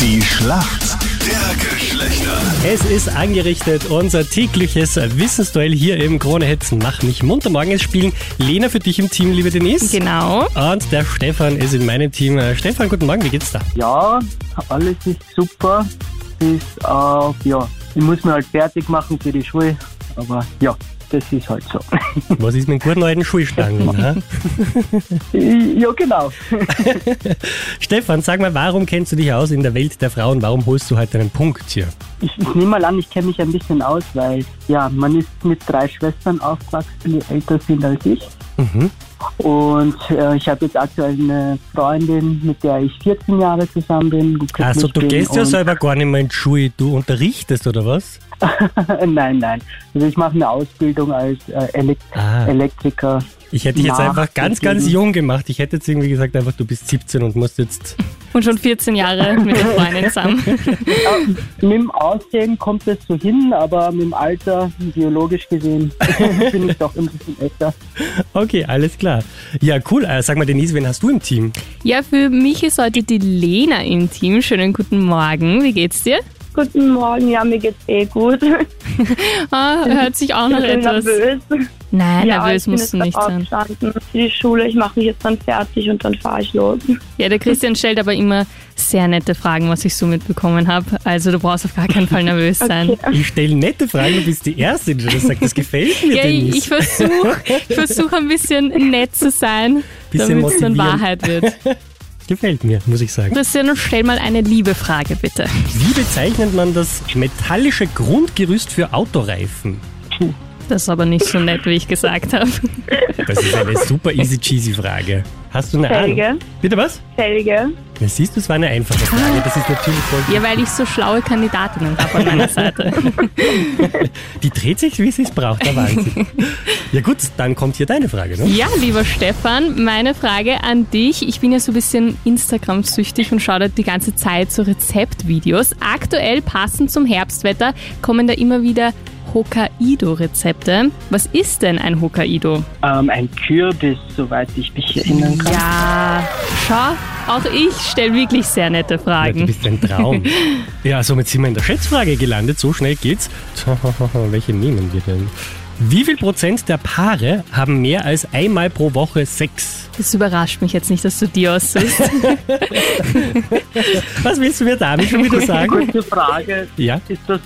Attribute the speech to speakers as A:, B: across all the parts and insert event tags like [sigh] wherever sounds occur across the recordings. A: Die Schlacht der Geschlechter.
B: Es ist angerichtet, unser tägliches Wissensduell hier im Krone Hits. Mach mich munter. Morgen es spielen Lena für dich im Team, liebe Denise.
C: Genau.
B: Und der Stefan ist in meinem Team. Äh, Stefan, guten Morgen, wie geht's da?
D: Ja, alles ist super. Bis auf, ja, ich muss mich halt fertig machen für die Schule. Aber ja, das ist halt so. [laughs]
B: Was ist mit dem guten alten ne? Schulstangen? hä?
D: ja, genau.
B: Stefan, sag mal, warum kennst du dich aus in der Welt der Frauen? Warum holst du heute einen Punkt hier?
D: Ich, ich nehme mal an, ich kenne mich ein bisschen aus, weil ja, man ist mit drei Schwestern aufgewachsen, die älter sind als ich.
B: Mhm.
D: Und äh, ich habe jetzt aktuell eine Freundin, mit der ich 14 Jahre zusammen bin. glücklich
B: Also, du
D: bin
B: gehst ja
D: und-
B: selber gar nicht mehr in die Schule. Du unterrichtest, oder was?
D: [laughs] Nein, nein. Also ich mache eine Ausbildung als äh, Elekt
B: Ah.
D: Elektriker.
B: Ich hätte dich jetzt
D: Na,
B: einfach ganz, ganz
D: deswegen.
B: jung gemacht. Ich hätte jetzt irgendwie gesagt, einfach du bist 17 und musst jetzt. [laughs]
C: Und schon 14 Jahre mit den Freundin zusammen.
D: Mit dem Aussehen kommt es so hin, aber mit dem Alter, biologisch gesehen, [laughs] bin ich doch ein bisschen älter.
B: Okay, alles klar. Ja, cool. Äh, Sag mal, Denise, wen hast du im Team?
C: Ja, für mich ist heute die Lena im Team. Schönen guten Morgen. Wie geht's dir?
E: Guten Morgen, ja, mir geht's eh gut. [laughs] Ich
C: Ah, hört sich auch noch
E: bin
C: etwas.
E: nervös.
C: Nein,
E: ja,
C: nervös
E: ich bin
C: musst du
E: jetzt
C: nicht
E: auch
C: sein.
E: aufgestanden für die Schule. Ich mache mich jetzt dann fertig und dann fahre ich los. [laughs]
C: Ja, der Christian stellt aber immer sehr nette Fragen, was ich so mitbekommen habe. Also du brauchst auf gar keinen Fall nervös sein.
B: Ich stelle nette Fragen, du bist die Erste, die das sagt. Das gefällt mir,
C: [laughs] Ja, ich,
B: Denise.
C: ich versuche ich versuch ein bisschen nett zu sein,
B: Bisschen
C: damit es dann
B: motivierend.
C: Wahrheit wird.
B: Gefällt mir, muss ich sagen.
C: Christian, stell mal eine Liebefrage bitte.
B: Wie bezeichnet man das metallische Grundgerüst für Autoreifen?
C: Das ist aber nicht so nett, wie ich gesagt habe.
B: Das ist eine super easy cheesy Frage. Hast du eine
E: Felge.
B: Ahnung? Bitte was?
E: Felge.
B: Ja, siehst du, es war eine einfache Frage. Das ist natürlich voll.
C: Ja, weil ich so schlaue Kandidatinnen habe an meiner Seite.
B: Die dreht sich, wie sie es braucht. Der
C: [laughs]
B: Wahnsinn. ja gut, dann kommt hier deine Frage, ne?
C: Ja, lieber Stefan, meine Frage an dich. Ich bin ja so ein bisschen Instagram-süchtig und schaue da die ganze Zeit so Rezeptvideos. Aktuell passend zum Herbstwetter kommen da immer wieder Hokkaido-Rezepte. Was ist denn ein Hokkaido?
D: Ähm, ein Kürbis, soweit ich mich erinnern kann.
C: Ja, schau, auch ich stelle wirklich sehr nette
B: Ja, du
C: Fragen.
B: bist ein Traum. [laughs] ja, somit sind wir in der Schätzfrage gelandet. So schnell geht's. Tja, Welche nehmen wir denn? Wie viel Prozent der Paare haben mehr als einmal pro Woche Sex?
C: Das überrascht mich jetzt nicht, dass du die aussiehst.
B: Was willst du mir damit schon [laughs] wieder sagen?
D: Kurze Frage,
B: Ja.
D: ist das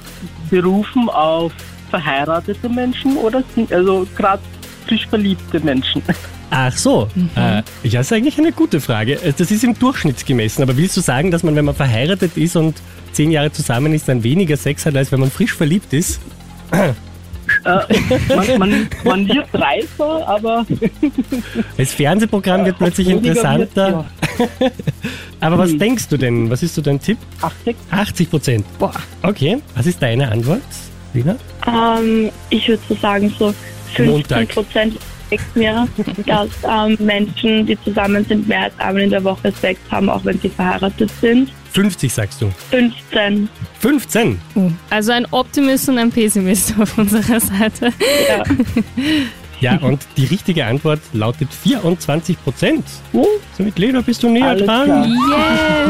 D: berufen auf verheiratete Menschen oder sind also gerade frisch verliebte Menschen?
B: Ach so. Äh, ja, ist eigentlich eine gute Frage. Äh, Das ist im Durchschnitt gemessen. Aber willst du sagen, dass man, wenn man verheiratet ist und zehn Jahre zusammen ist, dann weniger Sex hat, als wenn man frisch verliebt ist?
D: Äh, Man, man, man wird reifer, aber
B: Das Fernsehprogramm Äh, wird Hm. plötzlich
D: weniger
B: interessanter. [laughs] Aber was denkst du denn? Was ist so dein Tipp?
D: ja, 80
B: 80 Prozent. Boah. Okay. Was ist deine Antwort, Lina?
E: Ähm, ich würde so sagen, so 15
B: Montag.
E: Prozent denkt mir,
C: [laughs]
E: dass ähm, Menschen, die zusammen sind, mehr als einmal in der Woche Sex haben, auch wenn sie verheiratet sind.
B: 50 sagst du.
E: 15.
B: 15.
C: [laughs] Oh, Also ein Optimist und ein Pessimist auf unserer Seite.
E: Ja.
B: Ja, und die richtige Antwort lautet 24 Prozent. Somit, Lena, bist du näher
D: Alles
B: dran.
D: klar.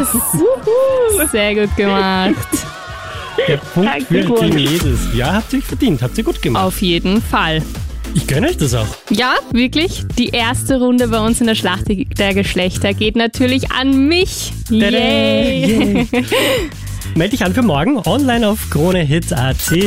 C: Yes! [laughs] Sehr gut gemacht.
B: Der Punkt
E: Danke,
B: für
E: Gurli.
B: Team Mädels. Ja, habt ihr euch verdient, habt ihr gut gemacht.
C: Auf jeden Fall.
B: Ich gönne euch das auch.
C: Ja, wirklich. Die erste Runde bei uns in der Schlacht der Geschlechter geht natürlich an mich.
B: Tada.
C: Yay!
B: Meld dich an für morgen online auf kronehit.at.